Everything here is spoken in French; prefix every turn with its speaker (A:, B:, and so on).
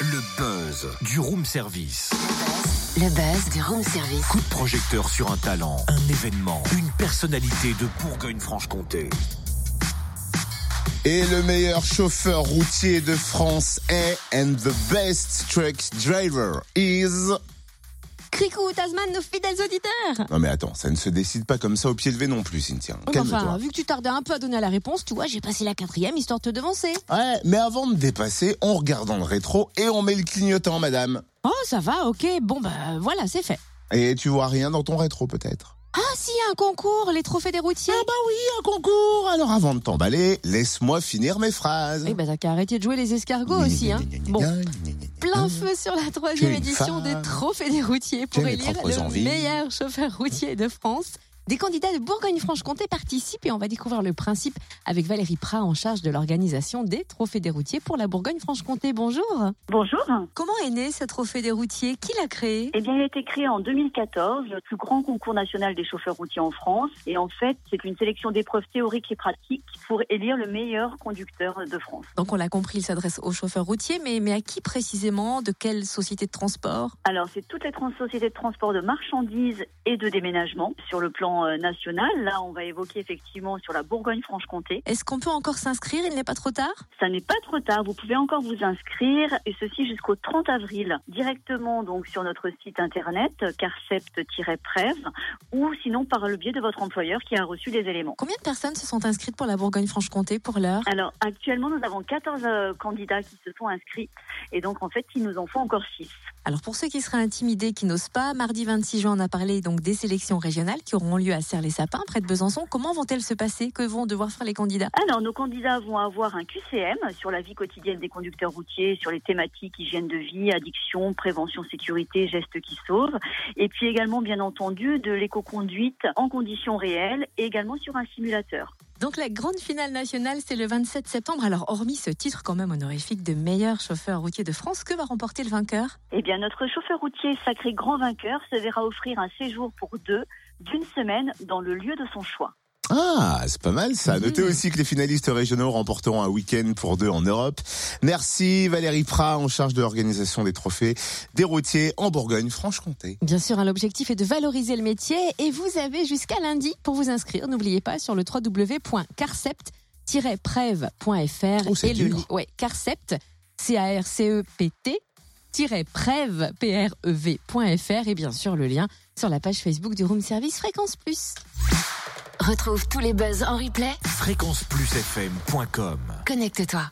A: Le buzz du room service.
B: Le buzz du room service.
A: Coup de projecteur sur un talent, un événement, une personnalité de Bourgogne-Franche-Comté.
C: Et le meilleur chauffeur routier de France est and the best truck driver is.
D: Cricou, Tasman, nos fidèles auditeurs
C: Non mais attends, ça ne se décide pas comme ça au pied levé non plus, Cynthia.
D: Oui, mais
C: Calme-toi.
D: Enfin, vu que tu tardais un peu à donner la réponse, tu vois, j'ai passé la quatrième histoire de te devancer.
C: Ouais, mais avant de dépasser, on regarde dans le rétro et on met le clignotant, madame.
D: Oh, ça va, ok, bon bah voilà, c'est fait.
C: Et tu vois rien dans ton rétro peut-être
D: Ah si, un concours, les trophées des routiers
C: Ah bah oui, un concours Alors avant de t'emballer, laisse-moi finir mes phrases.
D: Eh bah t'as qu'à arrêter de jouer les escargots aussi, hein Bon, plein feu sur la troisième
C: Tu es une
D: édition
C: femme.
D: des trophées des routiers pour
C: Tu as mes
D: élire
C: propres
D: le
C: envies.
D: meilleur chauffeur routier de France. Des candidats de Bourgogne-Franche-Comté participent et on va découvrir le principe avec Valérie Prat en charge de l'organisation des trophées des routiers pour la Bourgogne-Franche-Comté. Bonjour
E: Bonjour.
D: Comment est né ce trophée des routiers Qui l'a créé
E: Eh bien, il a été créé en 2014, le plus grand concours national des chauffeurs routiers en France. Et en fait, c'est une sélection d'épreuves théoriques et pratiques pour élire le meilleur conducteur de France.
D: Donc on l'a compris, il s'adresse aux chauffeurs routiers, mais, mais à qui précisément De quelle société de transport
E: Alors, c'est toutes les trans- sociétés de transport de marchandises et de déménagement sur le plan euh, national. Là, on va évoquer effectivement sur la Bourgogne-Franche-Comté.
D: Est-ce qu'on peut encore s'inscrire Il n'est pas trop tard
E: Ça n'est pas trop tard, vous pouvez encore vous inscrire et ceci jusqu'au 30 avril directement donc sur notre site internet carcept-preve ou sinon par le biais de votre employeur qui a reçu les éléments.
D: Combien de personnes se sont inscrites pour la Bourgogne-Franche-Comté pour l'heure
E: Alors actuellement, nous avons 14 euh, candidats qui se sont inscrits et donc en fait, il nous en faut encore 6.
D: Alors pour ceux qui seraient intimidés, qui n'osent pas, mardi 26 juin on a parlé donc des sélections régionales qui auront lieu à Serres-les-Sapins, près de Besançon. Comment vont-elles se passer Que vont devoir faire les candidats
E: Alors nos candidats vont avoir un QCM sur la vie quotidienne des conducteurs routiers, sur les thématiques hygiène de vie, addiction, prévention, sécurité, gestes qui sauvent et puis également bien entendu de l'éco-conduite en conditions réelles et également sur un simulateur.
D: Donc la grande finale nationale, c'est le 27 septembre. Alors hormis ce titre quand même honorifique de meilleur chauffeur routier de France, que va remporter le vainqueur
E: Eh bien, notre chauffeur routier sacré grand vainqueur se verra offrir un séjour pour deux d'une semaine dans le lieu de son choix.
C: Ah, c'est pas mal ça. Notez
D: Mhm.
C: aussi que les finalistes régionaux remporteront un week-end pour deux en Europe. Merci Valérie Prat en charge de l'organisation des trophées des routiers en Bourgogne-Franche-Comté.
D: Bien sûr, hein, l'objectif est de valoriser le métier et vous avez jusqu'à lundi pour vous inscrire. N'oubliez pas sur le www.carcept-preve.fr
C: Oh, c'est
D: et le
C: dur.
D: li- ouais, carcept C A R C E P T preve P R E V.fr et bien sûr le lien sur la page Facebook du Room Service Fréquence Plus.
B: Retrouve tous les buzz en replay.
A: Fréquenceplusfm.com
B: Connecte-toi.